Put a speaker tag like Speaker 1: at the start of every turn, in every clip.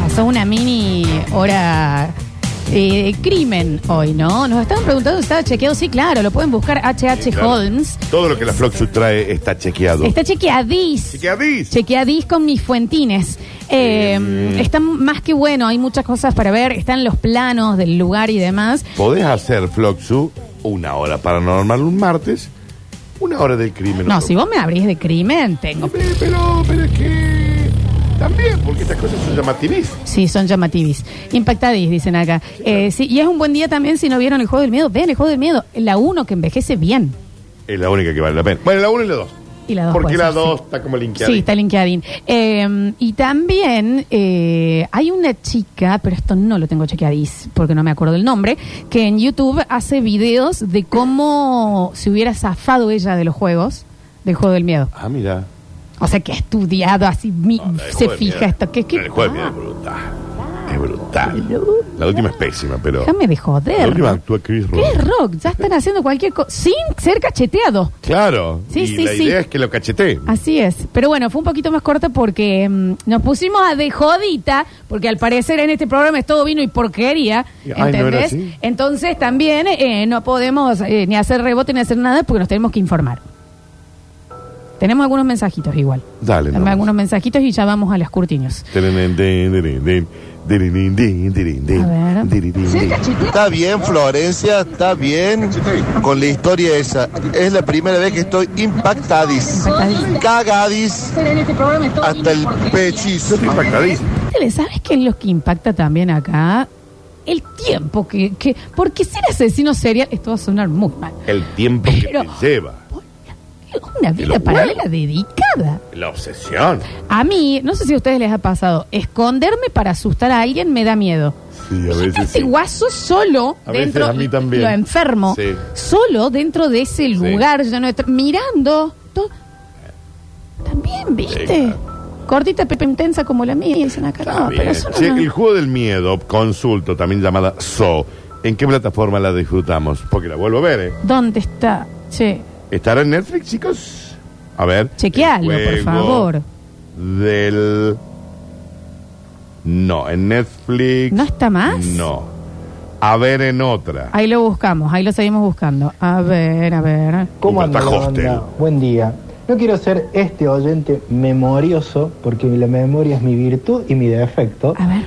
Speaker 1: pasó una mini hora eh, crimen hoy, ¿no? Nos estaban preguntando si estaba chequeado. Sí, claro, lo pueden buscar HH
Speaker 2: Claro.
Speaker 1: Holmes. Este,
Speaker 2: Todo lo que la Floxu trae está chequeado.
Speaker 1: Está chequeadís.
Speaker 2: Chequeadís.
Speaker 1: Chequeadís con mis fuentines. Eh, Está más que bueno, hay muchas cosas para ver. Están los planos del lugar y demás.
Speaker 2: Podés hacer Floxu una hora paranormal un martes, una hora del crimen.
Speaker 1: No,
Speaker 2: otro.
Speaker 1: si vos me abrís de crimen, tengo.
Speaker 2: Eh, Pero, pero es que también, porque estas cosas son llamativís.
Speaker 1: Sí, son llamativis. Impactadís, dicen acá. Eh, sí, y es un buen día también si no vieron el juego del miedo. Vean el juego del miedo. La uno que envejece bien.
Speaker 2: Es la única que vale la pena. Bueno, la 1 y la 2.
Speaker 1: Y la dos
Speaker 2: Porque
Speaker 1: puede
Speaker 2: la
Speaker 1: ser,
Speaker 2: 2
Speaker 1: sí.
Speaker 2: está como linkeada.
Speaker 1: Sí, está linkeadín. Eh, y también eh, hay una chica, pero esto no lo tengo chequeadís porque no me acuerdo el nombre, que en YouTube hace videos de cómo se hubiera zafado ella de los juegos, del juego del miedo.
Speaker 2: Ah, mira.
Speaker 1: O sea, que ha estudiado así, mi-
Speaker 2: No, la Ah, del
Speaker 1: se
Speaker 2: juego de
Speaker 1: fija
Speaker 2: miedo.
Speaker 1: esto. ¿Qué, qué
Speaker 2: La del juego de
Speaker 1: pasa?
Speaker 2: miedo es brutal. Es brutal. La última es pésima, pero.
Speaker 1: Déjame de
Speaker 2: La última
Speaker 1: joder.
Speaker 2: actúa Chris Rock.
Speaker 1: ¿Qué es rock? Ya están haciendo cualquier cosa sin ser cacheteado.
Speaker 2: Claro.
Speaker 1: Sí,
Speaker 2: y
Speaker 1: sí,
Speaker 2: la
Speaker 1: sí. Ah,
Speaker 2: idea es que lo cachete.
Speaker 1: Así es. Pero bueno, fue un poquito más corta porque mm, nos pusimos a de jodita, porque al parecer en este programa es todo vino y porquería.
Speaker 2: Ay, ¿no era
Speaker 1: ¿Entendés?
Speaker 2: así?
Speaker 1: Entonces también eh, no podemos eh, ni hacer rebote ni hacer nada porque nos tenemos que informar. Tenemos algunos mensajitos igual.
Speaker 2: Dale,
Speaker 1: Dame
Speaker 2: nomás.
Speaker 1: algunos mensajitos y ya vamos a las curtinios.
Speaker 2: Terenen, den, deren, den, derenen, den, deren, den,
Speaker 1: A ver.
Speaker 2: derenen, den.
Speaker 3: Está bien, Florencia, está bien con la historia esa. Es la primera vez que estoy impactadis.
Speaker 1: Impactadís.
Speaker 3: Cagadis hasta el pechizo.
Speaker 2: Estoy impactadísimo.
Speaker 1: Dale, ¿Sabes qué es lo que impacta también acá? El tiempo que, que porque ser asesino serial, esto va a sonar muy mal.
Speaker 2: El tiempo que
Speaker 1: Pero-
Speaker 2: te lleva.
Speaker 1: Una
Speaker 2: De
Speaker 1: vida
Speaker 2: los
Speaker 1: paralela dedicada.
Speaker 2: La obsesión.
Speaker 1: A mí, no sé si a ustedes les ha pasado, esconderme para asustar a alguien me da miedo.
Speaker 2: Sí, a
Speaker 1: Imagínate
Speaker 2: veces.
Speaker 1: este
Speaker 2: sí.
Speaker 1: guaso solo
Speaker 2: A veces
Speaker 1: dentro,
Speaker 2: a mí también.
Speaker 1: lo enfermo,
Speaker 2: Sí.
Speaker 1: solo dentro de ese lugar, lleno de tra- mirando, to- también, ¿viste? Cortita pero intensa como la mía, y dicen acá,
Speaker 2: Está
Speaker 1: no,
Speaker 2: bien.
Speaker 1: pero eso no-
Speaker 2: Che, el juego del miedo, consulto, también llamada So. ¿En qué plataforma la disfrutamos? Porque la vuelvo a ver, ¿eh?
Speaker 1: ¿Dónde está? Che,
Speaker 2: ¿Estará en Netflix, chicos? A ver.
Speaker 1: Chequealo, por
Speaker 2: El juego
Speaker 1: favor.
Speaker 2: Del. No, en Netflix.
Speaker 1: ¿No está más?
Speaker 2: No. A ver en otra.
Speaker 1: ahí lo buscamos, ahí lo seguimos buscando. A ver, a ver.
Speaker 4: ¿Cómo
Speaker 2: Nunca
Speaker 4: anda
Speaker 2: está
Speaker 4: la
Speaker 2: hostel.
Speaker 4: banda? Buen día. No quiero ser este oyente memorioso, porque la memoria es mi virtud y mi defecto,
Speaker 1: A ver.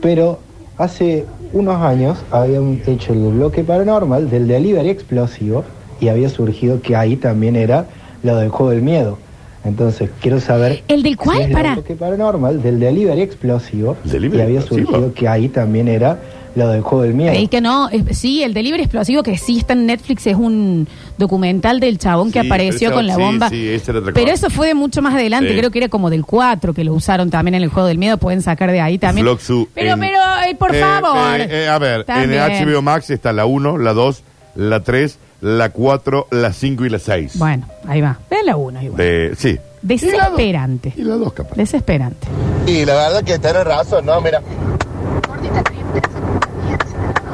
Speaker 4: pero hace unos años habían hecho el bloque paranormal del delivery explosivo y había surgido que ahí también era lo del juego del miedo. Entonces, quiero saber...
Speaker 1: ¿El del cuál?
Speaker 4: es lo
Speaker 1: Pará.
Speaker 4: del bloque paranormal del delivery explosivo
Speaker 2: ¿El delivery
Speaker 4: y había
Speaker 2: explosivo?
Speaker 4: surgido que ahí también era lo del juego del miedo.
Speaker 1: Y que no, es- sí, el delivery explosivo que sí está en Netflix es un documental del chabón que
Speaker 2: Sí,
Speaker 1: apareció
Speaker 2: pero
Speaker 1: con la
Speaker 2: sí,
Speaker 1: bomba.
Speaker 2: sí, esa era otra
Speaker 1: pero
Speaker 2: cosa.
Speaker 1: eso fue de mucho más adelante,
Speaker 2: Sí.
Speaker 1: creo que era como del 4 que lo usaron también en el juego del miedo, pueden sacar de ahí también.
Speaker 2: Floxu
Speaker 1: pero,
Speaker 2: en-
Speaker 1: pero, eh, por
Speaker 2: Eh,
Speaker 1: favor.
Speaker 2: eh, eh, a ver,
Speaker 1: También.
Speaker 2: en HBO Max está la 1, la 2, la 3, la 4, la 5 y la 6.
Speaker 1: Bueno, ahí va. Vean la 1 igual.
Speaker 2: De, sí.
Speaker 1: Desesperante.
Speaker 2: Y la 2, capaz.
Speaker 1: Desesperante.
Speaker 3: Y la verdad que tenés razón, ¿no? Mira.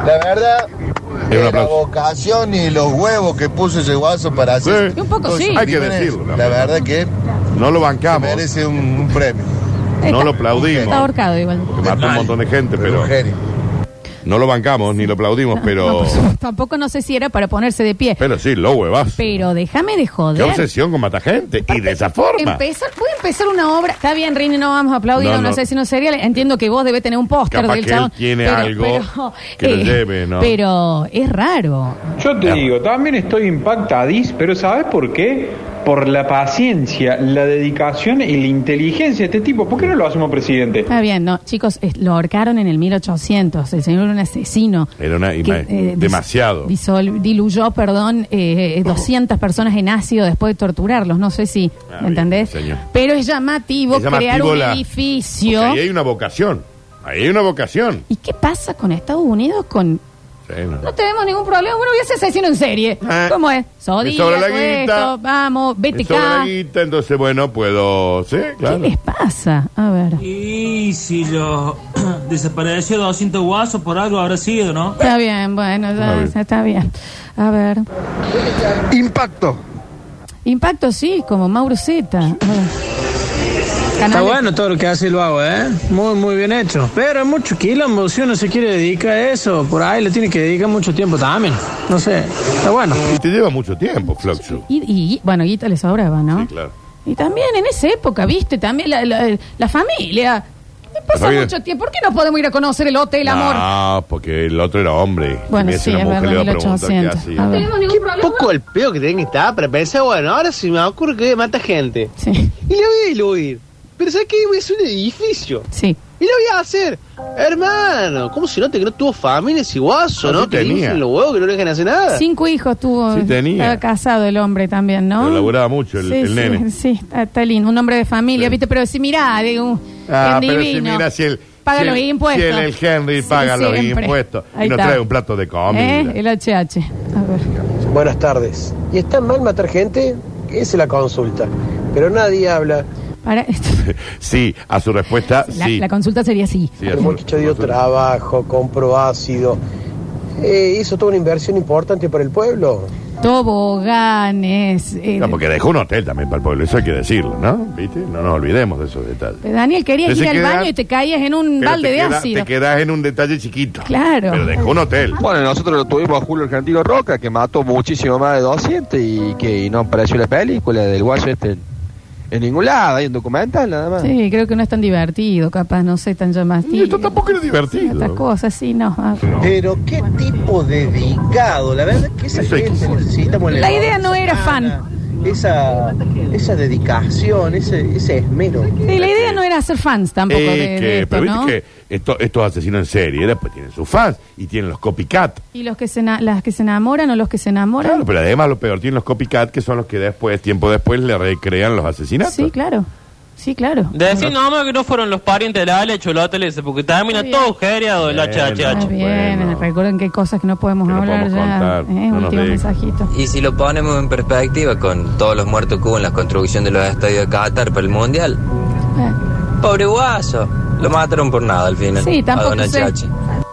Speaker 3: La verdad
Speaker 2: un
Speaker 3: que la
Speaker 2: aplauso.
Speaker 3: vocación y los huevos que puso ese guaso para hacer...
Speaker 2: Sí.
Speaker 1: Un poco sí.
Speaker 2: Hay que decirlo.
Speaker 3: La verdad que
Speaker 2: No lo bancamos.
Speaker 3: merece un, un premio.
Speaker 2: No
Speaker 1: Está-
Speaker 2: lo aplaudimos.
Speaker 1: Está ahorcado igual.
Speaker 2: Que mató un montón de gente, pero
Speaker 3: un genio.
Speaker 2: no lo bancamos ni lo aplaudimos,
Speaker 1: No,
Speaker 2: pero.
Speaker 1: por supuesto, tampoco no sé si era para ponerse de pie.
Speaker 2: Oh. Pero sí, lo huevas.
Speaker 1: Pero déjame de
Speaker 2: Qué
Speaker 1: joder.
Speaker 2: obsesión con matar gente. Y de esa forma.
Speaker 1: Empezar, voy a empezar una obra. Está bien, Rini, no vamos a aplaudir
Speaker 2: No,
Speaker 1: a un
Speaker 2: no.
Speaker 1: asesino serial. Entiendo que vos debes tener un póster
Speaker 2: Capaz
Speaker 1: del
Speaker 2: que él
Speaker 1: chabón. eh,
Speaker 2: tiene algo que lo lleve, ¿no?
Speaker 1: Pero es raro.
Speaker 5: Yo te digo, también estoy impactadís, pero ¿sabes por qué? Por la paciencia, la dedicación y la inteligencia de este tipo. ¿Por qué no lo hacemos presidente?
Speaker 1: Está bien, no, chicos, es- lo ahorcaron en el 1800. El señor era un asesino.
Speaker 2: Era una- ima-
Speaker 1: eh, dis-
Speaker 2: Eh, demasiado. Oh.
Speaker 1: disol- diluyó, perdón, eh, eh, 200 personas en ácido después de torturarlos. No sé si,
Speaker 2: Ah,
Speaker 1: ¿me ¿entendés?
Speaker 2: bien, señor.
Speaker 1: Pero es llamativo,
Speaker 2: Es llamativo
Speaker 1: crear un
Speaker 2: la-
Speaker 1: edificio.
Speaker 2: Porque ahí hay una vocación. Ahí hay una vocación.
Speaker 1: ¿Y qué pasa con Estados Unidos con
Speaker 2: Sí, no.
Speaker 1: No tenemos ningún problema. Bueno, voy a ser asesino en serie.
Speaker 2: Ah.
Speaker 1: ¿Cómo es? Zodíaco,
Speaker 2: Me sobra la guita.
Speaker 1: esto, vamos,
Speaker 2: Me sobra la
Speaker 1: BTK.
Speaker 2: guita, entonces, bueno, puedo. Sí,
Speaker 1: ¿Qué
Speaker 2: claro.
Speaker 1: les pasa? A ver.
Speaker 6: Y si los desapareció 200 guasos por algo habrá sido, ¿no?
Speaker 1: Está bien, bueno, ya-
Speaker 2: A ver.
Speaker 1: ya está bien. A ver.
Speaker 3: Impacto.
Speaker 1: Impacto, sí, como Mauro Zeta. A ver. Canales.
Speaker 7: Está bueno todo lo que hace lo hago, ¿eh? Muy, muy bien hecho. Pero es mucho quilombo, si uno se quiere dedicar a eso, por ahí le tiene que dedicar mucho tiempo también. No sé, está bueno.
Speaker 2: Y te lleva mucho tiempo, Floxu.
Speaker 1: Y, y- bueno, Guita le sobraba, ¿no?
Speaker 2: Sí, claro.
Speaker 1: Y también en esa época, viste, también la, la- la familia. Me Pasa
Speaker 2: familia.
Speaker 1: mucho tiempo. ¿Por qué no podemos ir a conocer el hotel, amor?
Speaker 2: No, porque el otro era hombre.
Speaker 1: Bueno,
Speaker 2: Y me
Speaker 1: sí,
Speaker 2: hace una
Speaker 1: es
Speaker 2: mujer,
Speaker 1: verdad,
Speaker 2: le va a preguntar qué
Speaker 1: 1800.
Speaker 2: hacía.
Speaker 1: A ver.
Speaker 8: Qué poco el peo que tienen que estar para pensar, bueno, ahora si me ocurre que mata gente.
Speaker 1: Sí,
Speaker 8: Y le voy a diluir. Pero ¿sabes qué? Voy a hacer un edificio.
Speaker 1: sí.
Speaker 8: Y lo voy a hacer. Hermano, ¿cómo se nota que no tuvo familia ese guaso,
Speaker 2: No,
Speaker 8: no?
Speaker 2: sí
Speaker 8: Que le
Speaker 2: tenía.
Speaker 8: inflen los huevos, que no le dejan hacer nada.
Speaker 1: Cinco hijos tuvo.
Speaker 2: Eh. Sí, tenía.
Speaker 1: Estaba casado el hombre también, ¿no?
Speaker 2: Pero laburaba mucho el-
Speaker 1: Sí,
Speaker 2: el
Speaker 1: sí,
Speaker 2: nene.
Speaker 1: Sí, está, está lindo. Un hombre de familia,
Speaker 2: Sí.
Speaker 1: ¿viste? Pero si mirá, de un.
Speaker 2: Ah,
Speaker 1: bien
Speaker 2: pero si
Speaker 1: divino.
Speaker 2: mira, si el,
Speaker 1: Paga
Speaker 2: si el-
Speaker 1: los impuestos.
Speaker 2: Si el, el Henry
Speaker 1: Sí,
Speaker 2: paga los
Speaker 1: siempre.
Speaker 2: impuestos
Speaker 1: Ahí
Speaker 2: y nos
Speaker 1: está.
Speaker 2: trae un plato de comida.
Speaker 1: ¿Eh? El HH. A ver.
Speaker 9: Buenas tardes. ¿Y está mal matar gente? Esa es la consulta. Pero nadie habla.
Speaker 1: Para,
Speaker 2: Sí, a su respuesta,
Speaker 1: la,
Speaker 2: sí.
Speaker 1: la consulta sería así.
Speaker 2: Sí, a
Speaker 9: El
Speaker 2: su-
Speaker 9: muchacho dio
Speaker 2: a su-
Speaker 9: trabajo, compró ácido. Eh, hizo toda una inversión importante para el pueblo.
Speaker 1: Toboganes. eh,
Speaker 2: No, porque dejó un hotel también para el pueblo, eso hay que decirlo, ¿no? ¿Viste? No nos olvidemos de esos detalles.
Speaker 1: Pero eh, Daniel, querías
Speaker 2: Entonces
Speaker 1: ir al
Speaker 2: queda-
Speaker 1: baño y te caías en un
Speaker 2: Pero
Speaker 1: balde
Speaker 2: te
Speaker 1: de
Speaker 2: queda-
Speaker 1: ácido.
Speaker 2: Te quedás en un detalle chiquito.
Speaker 1: Claro.
Speaker 2: Pero dejó un hotel.
Speaker 10: Bueno, nosotros lo tuvimos a Julio Argentino Roca, que mató muchísimo más de 200 y que no apareció la película del guaso este en, en ningún lado, hay un documental nada más.
Speaker 1: Sí, creo que no es tan divertido, capaz, no sé, tan
Speaker 2: Y
Speaker 1: llamativo.
Speaker 2: Ah. esto tampoco era divertido.
Speaker 1: Otras cosas, sí, no. Ah.
Speaker 9: Pero qué tipo dedicado. La verdad que esa
Speaker 2: Eso hay que
Speaker 9: gente necesitamos
Speaker 1: La idea no era fan.
Speaker 9: Esa, esa dedicación, ese, ese esmero.
Speaker 1: Sí, la idea no era hacer fans tampoco
Speaker 2: Eh,
Speaker 1: de, de
Speaker 2: que,
Speaker 1: esto,
Speaker 2: pero viste
Speaker 1: ¿no?
Speaker 2: que esto- estos asesinos en serie después tienen sus fans y tienen los copycat.
Speaker 1: Y los que se na- las que se enamoran o los que se enamoran.
Speaker 2: Claro, pero además lo peor tienen los copycat que son los que después, tiempo después, le recrean los asesinatos.
Speaker 1: sí, claro. Sí, claro.
Speaker 7: Decir nomás que no fueron los parientes de la Ale Cholotelese, porque termina
Speaker 1: Está bien.
Speaker 7: todo geriado el
Speaker 1: Está
Speaker 7: HHH.
Speaker 1: Ah, bien,
Speaker 2: bueno.
Speaker 1: recuerden que hay cosas que no podemos
Speaker 2: Que no
Speaker 1: hablar
Speaker 2: podemos
Speaker 1: ya.
Speaker 2: contar,
Speaker 1: Eh,
Speaker 2: no nos
Speaker 1: último
Speaker 2: digan.
Speaker 1: mensajito.
Speaker 11: Y si lo ponemos en perspectiva con todos los muertos que hubo en la construcción de los estadios de Qatar para el Mundial,
Speaker 1: Eh,
Speaker 11: pobre guaso, lo mataron por nada al final.
Speaker 1: Sí,
Speaker 11: a
Speaker 1: tampoco
Speaker 11: Don
Speaker 1: sé.
Speaker 11: Chachi.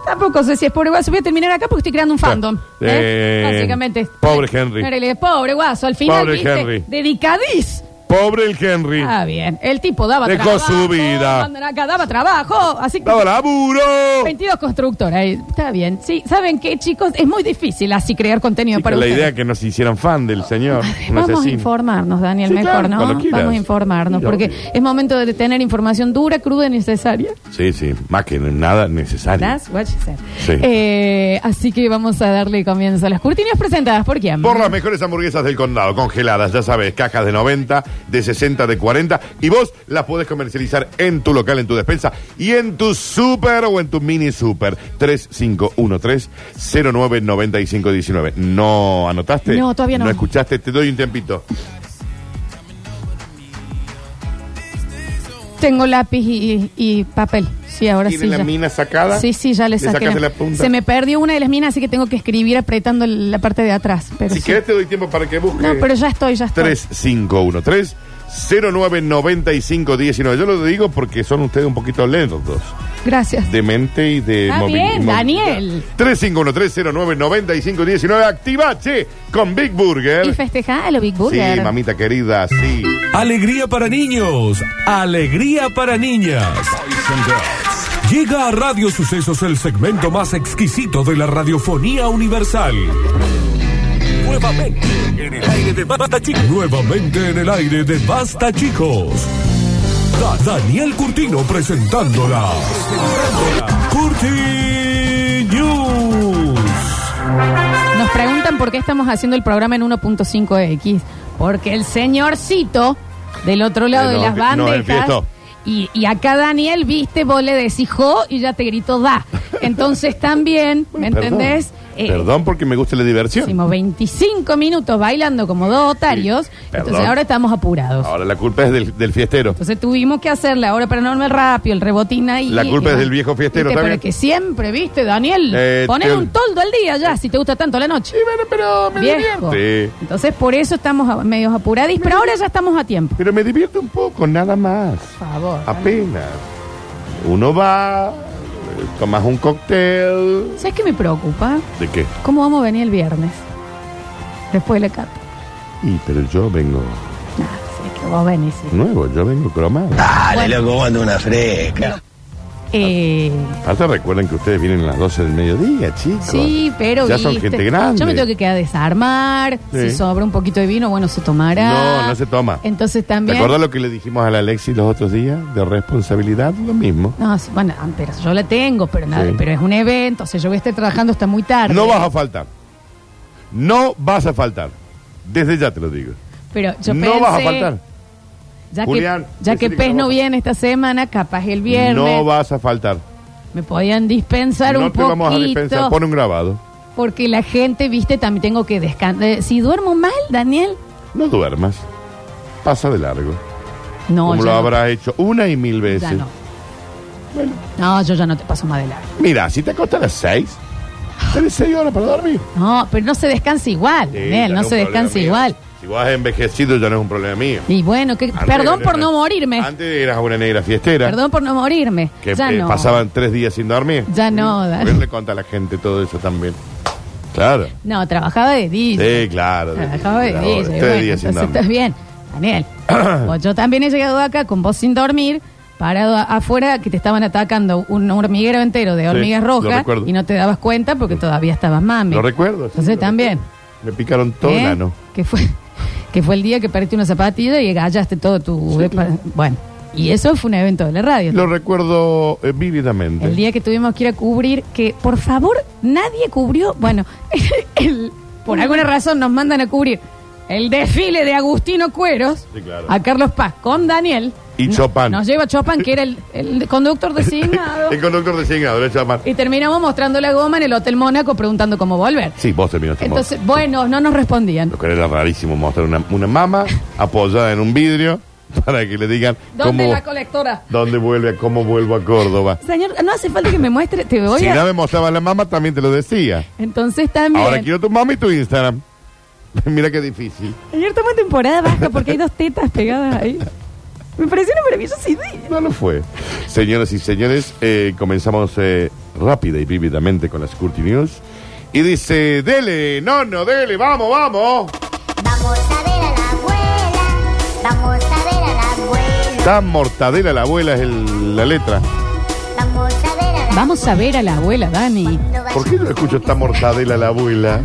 Speaker 1: Tampoco sé si es pobre guaso. Voy a terminar acá porque estoy creando un fandom. ¿eh?
Speaker 2: Eh,
Speaker 1: Básicamente.
Speaker 2: pobre Henry.
Speaker 1: No, en realidad, Pobre guaso. Al final,
Speaker 2: Pobre
Speaker 1: viste,
Speaker 2: Henry.
Speaker 1: dedicadís.
Speaker 2: Pobre el Henry.
Speaker 1: Ah, bien. El tipo daba
Speaker 2: Dejó
Speaker 1: trabajo.
Speaker 2: su vida.
Speaker 1: andan acá, daba trabajo. Así que.
Speaker 2: ¡Daba laburo!
Speaker 1: 22 constructoras. eh, Está bien. Sí, ¿saben qué, chicos? Es muy difícil así crear contenido
Speaker 2: Sí,
Speaker 1: para
Speaker 2: que la
Speaker 1: ustedes. Ah,
Speaker 2: idea es que nos hicieran fan del señor. un
Speaker 1: Vamos a
Speaker 2: asesino.
Speaker 1: informarnos, Daniel,
Speaker 2: Sí,
Speaker 1: mejor,
Speaker 2: claro,
Speaker 1: ¿no?
Speaker 2: cuando quieras.
Speaker 1: Vamos a informarnos,
Speaker 2: Sí,
Speaker 1: porque
Speaker 2: obvio.
Speaker 1: es momento de tener información dura, cruda y necesaria.
Speaker 2: Sí, sí, más que nada necesario.
Speaker 1: That's what she said.
Speaker 2: Sí.
Speaker 1: Eh, así que vamos a darle comienzo a las cortinas presentadas por quién.
Speaker 2: Por las mejores hamburguesas del condado, congeladas, ya sabes, cajas de 90, de 60, de 40. Y vos las podés comercializar en tu local, en tu despensa y en tu super o en tu mini super. 3513-099519. ¿No anotaste?
Speaker 1: No, todavía no.
Speaker 2: ¿No escuchaste? Te doy un tiempito.
Speaker 1: Tengo lápiz y, y papel. Sí, ahora
Speaker 2: ¿Tiene
Speaker 1: sí.
Speaker 2: la
Speaker 1: ya.
Speaker 2: mina sacada?
Speaker 1: Sí, sí, ya le saqué.
Speaker 2: sacaste la punta.
Speaker 1: Se me perdió una de las minas, así que tengo que escribir apretando la parte de atrás. Pero
Speaker 2: Si eh,
Speaker 1: sí.
Speaker 2: querés te doy tiempo para que busques.
Speaker 1: No, pero ya estoy, ya estoy.
Speaker 2: 3513 099519. Yo lo digo porque son ustedes un poquito lentos.
Speaker 1: Gracias.
Speaker 2: De mente y de
Speaker 1: Está bien, Daniel.
Speaker 2: 3513099519. Activate con Big Burger.
Speaker 1: Y festejar a lo Big Burger.
Speaker 2: Sí, mamita querida, sí.
Speaker 10: Alegría para niños, alegría para niñas. Llega a Radio Sucesos el segmento más exquisito de la radiofonía universal. Nuevamente en el aire de Basta Chicos. Nuevamente en el aire de Basta Chicos. Da- Daniel Curtino presentándola. Curti News.
Speaker 1: Nos preguntan por qué estamos haciendo el programa en 1.5X. Porque el señorcito del otro lado
Speaker 2: Eh,
Speaker 1: de
Speaker 2: nos
Speaker 1: las
Speaker 2: enfi- nos
Speaker 1: bandejas.
Speaker 2: enfiestó.
Speaker 1: Y, y acá Daniel, viste, vos le decís jo y ya te gritó da. Entonces también, ¿me
Speaker 2: Perdón.
Speaker 1: entendés? Eh,
Speaker 2: Perdón porque me gusta la diversión.
Speaker 1: Hicimos 25 minutos bailando como dos otarios.
Speaker 2: Sí, perdón.
Speaker 1: entonces ahora estamos apurados.
Speaker 2: Ahora la culpa es del, del fiestero.
Speaker 1: Entonces tuvimos que hacer la hora paranormal rápido, el rebotín ahí.
Speaker 2: La culpa
Speaker 1: y-
Speaker 2: es del viejo fiestero,
Speaker 1: Viste,
Speaker 2: ¿está
Speaker 1: Pero
Speaker 2: bien?
Speaker 1: que siempre, viste, Daniel,
Speaker 2: Eh,
Speaker 1: poner
Speaker 2: te-
Speaker 1: un toldo al día ya, si te gusta tanto la noche.
Speaker 2: pero me
Speaker 1: Viejo.
Speaker 2: divierte.
Speaker 1: Entonces por eso estamos a- medios apuradis, pero ahora ya estamos a tiempo.
Speaker 2: Pero me divierte un poco, nada más.
Speaker 1: Por favor.
Speaker 2: Ah. Apenas. Uno va, eh, tomas un cóctel.
Speaker 1: ¿Sabes qué me preocupa?
Speaker 2: ¿De qué?
Speaker 1: ¿Cómo vamos a venir el viernes? Después de la cata.
Speaker 2: Y pero yo vengo.
Speaker 1: Nah, Sí, que vos venís. sí.
Speaker 2: Nuevo, yo vengo cromado.
Speaker 1: Dale, Bueno.
Speaker 2: loco, anda una fresca. Ah.
Speaker 1: Eh,
Speaker 2: Hasta recuerden que ustedes vienen a las 12 del mediodía, chicos.
Speaker 1: sí, pero
Speaker 2: Ya son
Speaker 1: viste,
Speaker 2: gente grande.
Speaker 1: Yo me tengo que quedar a desarmar.
Speaker 2: Sí.
Speaker 1: Si sobra un poquito de vino, bueno, se tomará.
Speaker 2: No, no se toma.
Speaker 1: Entonces
Speaker 2: ¿Te
Speaker 1: también.
Speaker 2: acuerdas lo que le dijimos a la Alexis los otros días? De responsabilidad, lo mismo.
Speaker 1: No, sí, bueno, ah, pero yo la tengo, pero nada,
Speaker 2: Sí.
Speaker 1: pero es un evento, o sea, yo voy a estar trabajando hasta muy tarde.
Speaker 2: No vas a faltar. No vas a faltar. Desde ya te lo digo.
Speaker 1: Pero yo
Speaker 2: no
Speaker 1: pensé,
Speaker 2: vas a faltar.
Speaker 1: Ya
Speaker 2: Julián,
Speaker 1: que, ya que
Speaker 2: decile que
Speaker 1: Pez
Speaker 2: no
Speaker 1: no
Speaker 2: vas a-
Speaker 1: viene esta semana, capaz el viernes.
Speaker 2: No vas a faltar.
Speaker 1: Me podían dispensar
Speaker 2: no
Speaker 1: un
Speaker 2: te
Speaker 1: poquito.
Speaker 2: vamos a dispensar. Pon un grabado.
Speaker 1: Porque la gente, viste, también tengo que descansar. Eh, si duermo mal, Daniel,
Speaker 2: No duermas. Pasa de largo.
Speaker 1: no,
Speaker 2: como
Speaker 1: ya
Speaker 2: lo
Speaker 1: no,
Speaker 2: habrás hecho una y mil
Speaker 1: ya
Speaker 2: veces.
Speaker 1: no. No, yo ya no te paso más de largo.
Speaker 2: Mira, si te acostas a las seis, tenés seis horas para dormir.
Speaker 1: No, pero no se descansa igual,
Speaker 2: Sí,
Speaker 1: Daniel, no
Speaker 2: ya no
Speaker 1: se
Speaker 2: un problema
Speaker 1: descansa
Speaker 2: mío.
Speaker 1: igual.
Speaker 2: Si vos has envejecido, ya no es un problema mío.
Speaker 1: Y bueno, que,
Speaker 2: Antes
Speaker 1: perdón
Speaker 2: era
Speaker 1: por
Speaker 2: una-
Speaker 1: no morirme.
Speaker 2: Antes eras una negra fiestera.
Speaker 1: Perdón por no morirme.
Speaker 2: Que
Speaker 1: ya
Speaker 2: eh,
Speaker 1: no.
Speaker 2: pasaban tres días sin dormir.
Speaker 1: Ya no,
Speaker 2: ¿Por qué no
Speaker 1: Daniel.
Speaker 2: le cuenta a la gente todo eso también? Claro.
Speaker 1: No, trabajaba de DJ.
Speaker 2: Sí, claro. de-
Speaker 1: Trabajaba de
Speaker 2: de
Speaker 1: DJ.
Speaker 2: ahora.
Speaker 1: "Ah, bueno,
Speaker 2: Tres días sin
Speaker 1: entonces estás
Speaker 2: dormir.
Speaker 1: bien, Daniel. Vos, yo también he llegado acá con vos sin dormir, parado a- afuera, que te estaban atacando un hormiguero entero de
Speaker 2: Sí,
Speaker 1: hormigas
Speaker 2: lo
Speaker 1: rojas
Speaker 2: recuerdo.
Speaker 1: y no te dabas cuenta porque todavía estabas mami.
Speaker 2: Lo recuerdo. sí,
Speaker 1: Entonces
Speaker 2: lo
Speaker 1: también,
Speaker 2: recuerdo. Me picaron todo
Speaker 1: ¿eh?
Speaker 2: el ano.
Speaker 1: que fue que fue el día que perdiste una zapatilla y gallaste todo tu... Bueno, y eso fue un evento de la radio.
Speaker 2: Lo recuerdo eh, vívidamente.
Speaker 1: El día que tuvimos que ir a cubrir, que por favor nadie cubrió, bueno, el- por alguna razón nos mandan a cubrir el desfile de Agustino Cueros
Speaker 2: Sí, claro.
Speaker 1: a Carlos Paz con Daniel.
Speaker 2: Y
Speaker 1: No-
Speaker 2: Chopin.
Speaker 1: Nos lleva Chopin, que era el, el conductor designado.
Speaker 2: El conductor de 100 grados, le llaman.
Speaker 1: y terminamos mostrando la goma en el Hotel Mónaco preguntando cómo volver.
Speaker 2: Sí, vos terminaste
Speaker 1: Entonces, bueno, no nos respondían.
Speaker 2: Lo que era rarísimo mostrar una, una mama apoyada en un vidrio para que le digan
Speaker 1: ¿Dónde
Speaker 2: cómo,
Speaker 1: la colectora?
Speaker 2: dónde vuelve, cómo vuelvo a Córdoba.
Speaker 1: Señor, no hace falta que me muestre, te voy
Speaker 2: Si
Speaker 1: a...
Speaker 2: no me mostraba la mama, también te lo decía.
Speaker 1: Entonces también...
Speaker 2: Ahora quiero tu mama y tu Instagram. Mira qué difícil.
Speaker 1: Ayer estamos en temporada baja porque hay dos tetas pegadas ahí. Me pareció una maravillosa idea.
Speaker 2: No lo fue. Señoras y señores, eh, comenzamos eh, rápida y vívidamente con las Curti News. Y dice, dele, no, no, dele, vamos, vamos.
Speaker 12: Vamos a ver a la abuela,
Speaker 2: Tan mortadela la abuela es el- la letra.
Speaker 12: vamos a ver a la
Speaker 1: Vamos a ver a la abuela, Dani.
Speaker 2: ¿Por qué no escucho tan mortadela la abuela?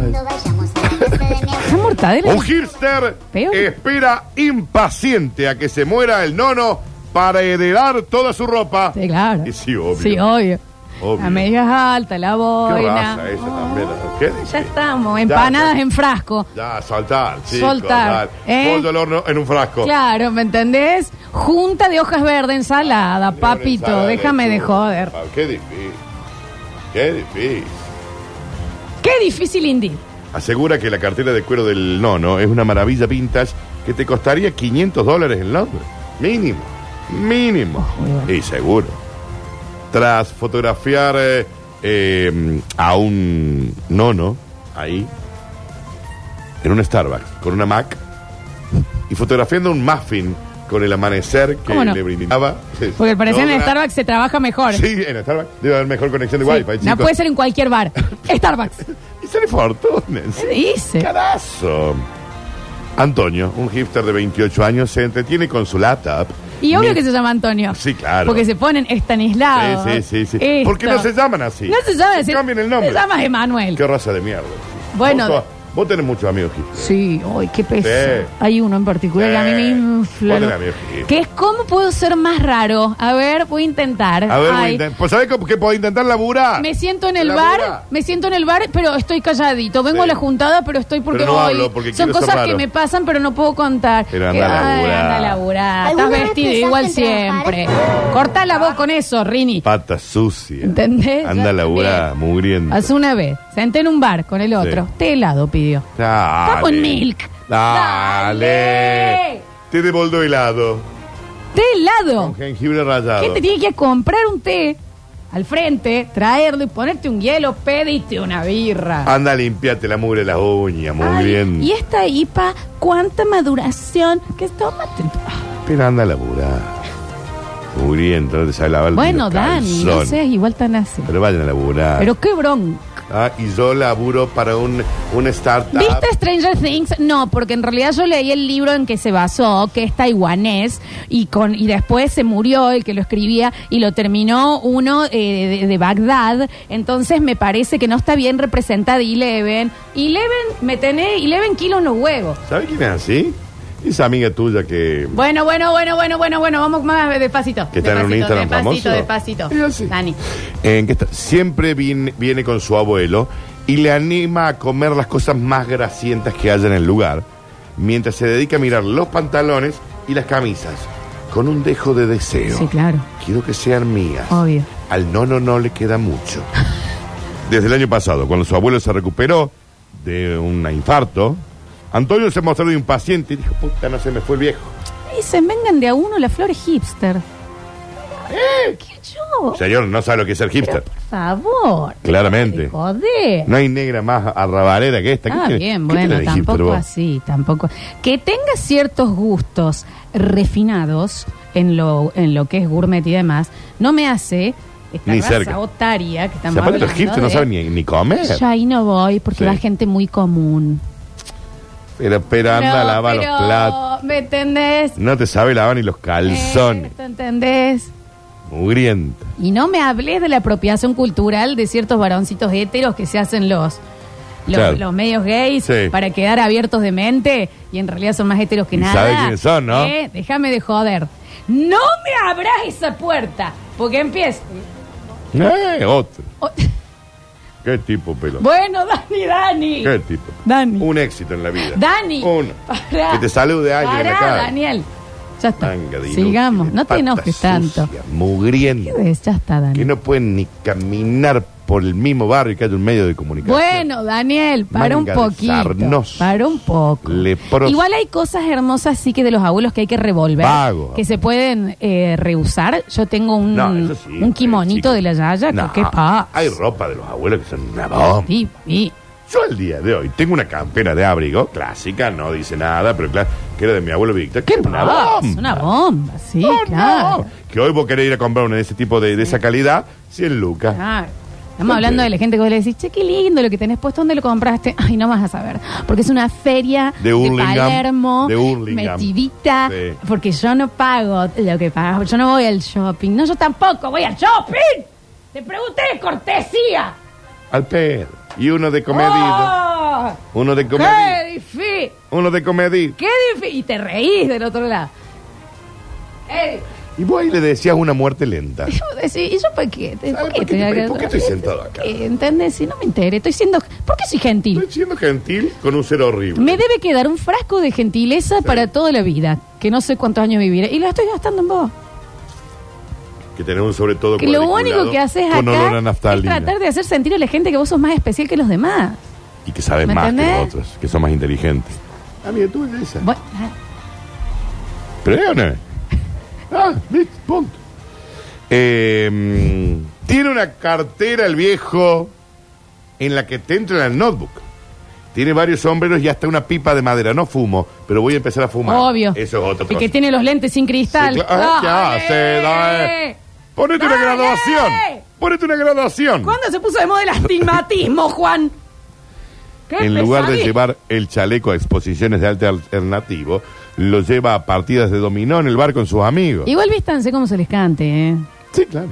Speaker 1: ¿Está mortadela?
Speaker 2: Un hipster
Speaker 1: Peor.
Speaker 2: espera impaciente a que se muera el nono para heredar toda su ropa.
Speaker 1: Sí, claro.
Speaker 2: Y sí, obvio.
Speaker 1: Sí, obvio.
Speaker 2: Obvio.
Speaker 1: La media es alta, la
Speaker 2: Qué
Speaker 1: boina.
Speaker 2: raza esa también. ¿Qué?
Speaker 1: Ya estamos, empanadas en frasco.
Speaker 2: Ya, saltar, chicos.
Speaker 1: Soltar,
Speaker 2: dale.
Speaker 1: ¿eh?
Speaker 2: Pollo al horno en un frasco.
Speaker 1: Claro, ¿me entendés? Junta de hojas verdes, ensalada, papito,
Speaker 2: Ensalada de
Speaker 1: déjame de
Speaker 2: lechuga.
Speaker 1: joder.
Speaker 2: Ah, Qué difícil. Qué difícil.
Speaker 1: Qué difícil, Indy.
Speaker 2: Asegura que la cartera de cuero del nono es una maravilla vintage que te costaría 500 dólares en Londres. Mínimo. Mínimo.
Speaker 1: Oh,
Speaker 2: Y seguro. Tras fotografiar eh, eh, a un nono ahí, en un Starbucks, con una Mac, y fotografiando un muffin con el amanecer que
Speaker 1: ¿Cómo no?
Speaker 2: le brindaba.
Speaker 1: Porque al parecer en
Speaker 2: Logra-
Speaker 1: Starbucks se trabaja mejor.
Speaker 2: Sí, en Starbucks debe haber mejor conexión de
Speaker 1: Sí,
Speaker 2: Wi-Fi, chicos.
Speaker 1: no puede ser en cualquier bar. Starbucks.
Speaker 2: Y sale fortuna.
Speaker 1: ¿Qué dice?
Speaker 2: Carazo. Antonio, un hipster de 28 años, se entretiene con su laptop.
Speaker 1: Y obvio
Speaker 2: Mi-
Speaker 1: que se llama Antonio.
Speaker 2: Sí, claro.
Speaker 1: Porque se ponen estanislados.
Speaker 2: Sí, sí, sí, sí.
Speaker 1: Esto.
Speaker 2: Porque no se llaman así.
Speaker 1: No se llama así.
Speaker 2: Cambian el nombre.
Speaker 1: Se llama Emanuel.
Speaker 2: Qué raza de mierda.
Speaker 1: Bueno.
Speaker 2: Vos, vos tenés muchos amigos hipster.
Speaker 1: Sí, ay, qué peso.
Speaker 2: Sí.
Speaker 1: Hay uno en particular que a mí me
Speaker 2: Sí.
Speaker 1: infla.
Speaker 2: Vos tenés amigos hipster.
Speaker 1: Que es cómo puedo ser más raro. A ver, voy a intentar.
Speaker 2: A ver, voy a
Speaker 1: Ay,
Speaker 2: intent- pues ¿sabés cómo- qué puedo intentar laburar?
Speaker 1: Me siento en el
Speaker 2: Laburá.
Speaker 1: bar, me siento en el bar, pero estoy calladito. Vengo
Speaker 2: Sí.
Speaker 1: a la juntada, pero estoy porque
Speaker 2: Pero no
Speaker 1: hoy
Speaker 2: hablo, porque
Speaker 1: son
Speaker 2: quiero ser
Speaker 1: cosas que
Speaker 2: raro.
Speaker 1: me pasan, pero no puedo contar.
Speaker 2: Pero anda a
Speaker 1: Ay,
Speaker 2: laburar.
Speaker 1: anda a laburar.
Speaker 12: ¿Alguna
Speaker 1: Estás
Speaker 12: vez
Speaker 1: vestido
Speaker 12: pensaste
Speaker 1: igual
Speaker 12: en trabajar?
Speaker 1: siempre. Cortá la voz con eso, Rini.
Speaker 2: Pata sucia.
Speaker 1: ¿Entendés?
Speaker 2: Anda a laburar, mugriendo.
Speaker 1: Hace una vez, senté en un bar con el otro.
Speaker 2: Sí.
Speaker 1: Té helado pidió.
Speaker 2: Dale.
Speaker 1: Está con milk.
Speaker 2: Dale. Te devoldo helado.
Speaker 1: Té helado.
Speaker 2: Con jengibre rallado.
Speaker 1: Gente tiene que ir a comprar un té al frente, traerlo y ponerte un hielo, pediste una birra.
Speaker 2: Anda, limpiate la mugre de las uñas,
Speaker 1: Ay,
Speaker 2: mugriendo.
Speaker 1: Y esta IPA, cuánta maduración. Que tómate.
Speaker 2: Pero anda a laburar. Mugriento, no te sabe lavar
Speaker 1: Bueno,
Speaker 2: los
Speaker 1: Dani, no
Speaker 2: calzones.
Speaker 1: seas igual tan así.
Speaker 2: Pero vayan a laburar.
Speaker 1: Pero qué bronca.
Speaker 2: ah, y yo laburo para un, un startup.
Speaker 1: ¿Viste Stranger Things? No, porque en realidad yo leí el libro en que se basó, que es taiwanés, y con y después se murió el que lo escribía y lo terminó uno eh, de, de Bagdad. Entonces me parece que no está bien representada Eleven. Eleven, me tenés, Eleven kilos no huevos.
Speaker 2: ¿Sabes quién es así? Esa amiga tuya que...
Speaker 1: Bueno, bueno, bueno, bueno, bueno, bueno, vamos más despacito.
Speaker 2: Que está en un
Speaker 1: Despacito,
Speaker 2: Instagram famoso.
Speaker 1: Despacito, despacito. Dani.
Speaker 2: en que está- siempre vin- viene con su abuelo y le anima a comer las cosas más grasientas que haya en el lugar, mientras se dedica a mirar los pantalones y las camisas, con un dejo de deseo.
Speaker 1: Sí, claro,
Speaker 2: Quiero que sean mías.
Speaker 1: obvio.
Speaker 2: Al no, no, no le queda mucho. Desde el año pasado, cuando su abuelo se recuperó de un infarto, Antonio se mostró impaciente y dijo, puta, no se me fue el viejo.
Speaker 1: Dicen, vengan de a uno las flores hipster.
Speaker 2: Eh.
Speaker 1: ¿Qué yo?
Speaker 2: Señor, no sabe lo que es ser hipster.
Speaker 1: Por favor.
Speaker 2: Claramente.
Speaker 1: Joder.
Speaker 2: No hay negra más arrabalera que esta. ¿Qué
Speaker 1: Ah,
Speaker 2: tiene-
Speaker 1: bien,
Speaker 2: qué tiene
Speaker 1: bueno,
Speaker 2: de hipster
Speaker 1: tampoco
Speaker 2: vos?
Speaker 1: así, tampoco. Que tenga ciertos gustos refinados en lo, en lo que es gourmet y demás, no me hace esta
Speaker 2: Ni
Speaker 1: raza
Speaker 2: cerca.
Speaker 1: otaria que estamos
Speaker 2: Si aparte los
Speaker 1: hablando
Speaker 2: hipsters no
Speaker 1: de-
Speaker 2: saben ni, ni comer.
Speaker 1: Yo ahí no voy porque
Speaker 2: Sí.
Speaker 1: va gente muy común.
Speaker 2: Pero, pero anda,
Speaker 1: No,
Speaker 2: lava
Speaker 1: pero,
Speaker 2: los platos.
Speaker 1: ¿Me entendés?
Speaker 2: No te sabe lavar ni los calzones.
Speaker 1: ¿Te entendés?
Speaker 2: Mugrienta.
Speaker 1: Y no me hables de la apropiación cultural de ciertos varoncitos héteros que se hacen los, los,
Speaker 2: Claro.
Speaker 1: los medios gays
Speaker 2: Sí.
Speaker 1: para quedar abiertos de mente y en realidad son más héteros que
Speaker 2: Y
Speaker 1: nada.
Speaker 2: sabe quiénes son, ¿no?
Speaker 1: ¿Eh? Déjame de joder. No me abras esa puerta porque empieza.
Speaker 2: Eh, otro.
Speaker 1: O-
Speaker 2: Qué tipo pelota.
Speaker 1: Bueno, Dani, Dani.
Speaker 2: Qué tipo.
Speaker 1: Dani.
Speaker 2: Un éxito en la vida.
Speaker 1: Mm. Dani.
Speaker 2: Uno.
Speaker 1: Pará.
Speaker 2: Que te salude alguien en la
Speaker 1: Pará,
Speaker 2: cara.
Speaker 1: Daniel. Ya está.
Speaker 2: Manga de
Speaker 1: Sigamos. No te
Speaker 2: patas
Speaker 1: enojes tanto.
Speaker 2: inútiles, Mugrienta.
Speaker 1: Es, Ya está, Dani.
Speaker 2: Que no pueden ni caminar por el mismo barrio que hay un medio de comunicación.
Speaker 1: Bueno, Daniel, para un
Speaker 2: Manga de
Speaker 1: poquito.
Speaker 2: sarnosos.
Speaker 1: Para un poco.
Speaker 2: Leprosos.
Speaker 1: Igual hay cosas hermosas, sí que de los abuelos que hay que revolver.
Speaker 2: Vago.
Speaker 1: Que se pueden eh, reusar. Yo tengo un,
Speaker 2: No, eso sí,
Speaker 1: mm,
Speaker 2: eh,
Speaker 1: un kimonito de la Yaya.
Speaker 2: No,
Speaker 1: que, ¿Qué pa?
Speaker 2: Hay ropa de los abuelos que son una bomba.
Speaker 1: Sí, sí.
Speaker 2: Yo al día de hoy tengo una campera de abrigo clásica, no dice nada, pero claro, que era de mi abuelo Víctor, que era una
Speaker 1: Ah,
Speaker 2: bomba. Oh,
Speaker 1: Es una bomba, sí, claro.
Speaker 2: Que hoy vos querés ir a comprar una de ese tipo de, de esa calidad,
Speaker 1: Ah.
Speaker 2: 100 lucas.
Speaker 1: Claro. Estamos hablando de la gente que vos le decís, che, qué lindo lo que tenés puesto, ¿dónde lo compraste? Ay, no vas a saber. Porque es una feria
Speaker 2: De Hurlingham,
Speaker 1: Palermo,
Speaker 2: de Hurlingham.
Speaker 1: metidita,
Speaker 2: Sí.
Speaker 1: porque yo no pago lo que pago, yo no voy al shopping. No, yo tampoco voy al shopping. Te pregunté de cortesía.
Speaker 2: Al pedo. Y uno de comedido.
Speaker 1: ¡Oh!
Speaker 2: Uno de comedido.
Speaker 1: ¡Qué difícil!
Speaker 2: Uno de comedido.
Speaker 1: ¡Qué difícil! Y te reís del otro lado. Ey,
Speaker 2: Y vos ahí le decías una muerte lenta.
Speaker 1: yo decís, ¿y yo por qué? ¿Por
Speaker 2: ¿Por
Speaker 1: qué estoy
Speaker 2: qué,
Speaker 1: acá?
Speaker 2: ¿Por qué estoy sentado acá?
Speaker 1: ¿Entendés? Si no me enteré, estoy siendo... ¿Por qué soy gentil?
Speaker 2: Estoy siendo gentil con un ser horrible.
Speaker 1: Me debe quedar un frasco de gentileza para toda la vida, que no sé cuántos años viviré. Y la estoy gastando en vos.
Speaker 2: Que tenés un sobre todo
Speaker 1: Que lo
Speaker 2: cuadriculado
Speaker 1: único que haces
Speaker 2: con olor
Speaker 1: acá
Speaker 2: a
Speaker 1: es
Speaker 2: naftalina.
Speaker 1: tratar de hacer sentir a la gente que vos sos más especial que los demás.
Speaker 2: Y que sabes
Speaker 1: ¿Me
Speaker 2: más que los
Speaker 1: entendés?
Speaker 2: otros, que son más inteligentes. Amiga, tú eres esa.
Speaker 1: Bueno, ah,
Speaker 2: ¿Pero ¿eh o no es? Ah, listo, punto. Eh, mm, tiene una cartera el viejo en la que te entra el notebook. Tiene varios sombreros y hasta una pipa de madera. No fumo, pero voy a empezar a fumar.
Speaker 1: obvio.
Speaker 2: Eso es otra
Speaker 1: Y
Speaker 2: cosa.
Speaker 1: que tiene los lentes sin cristal.
Speaker 2: Sí, claro. Ah, ya sé, dale. Ponete una
Speaker 1: Dale.
Speaker 2: graduación. Ponete una graduación.
Speaker 1: ¿Cuándo se puso de moda el astigmatismo, Juan? ¿Qué
Speaker 2: En lugar de
Speaker 1: pesadilla.
Speaker 2: llevar el chaleco a exposiciones de arte alternativo, lo lleva a partidas de dominó en el bar con sus amigos.
Speaker 1: Igual vístanse como se les cante, ¿eh?
Speaker 2: Sí, claro.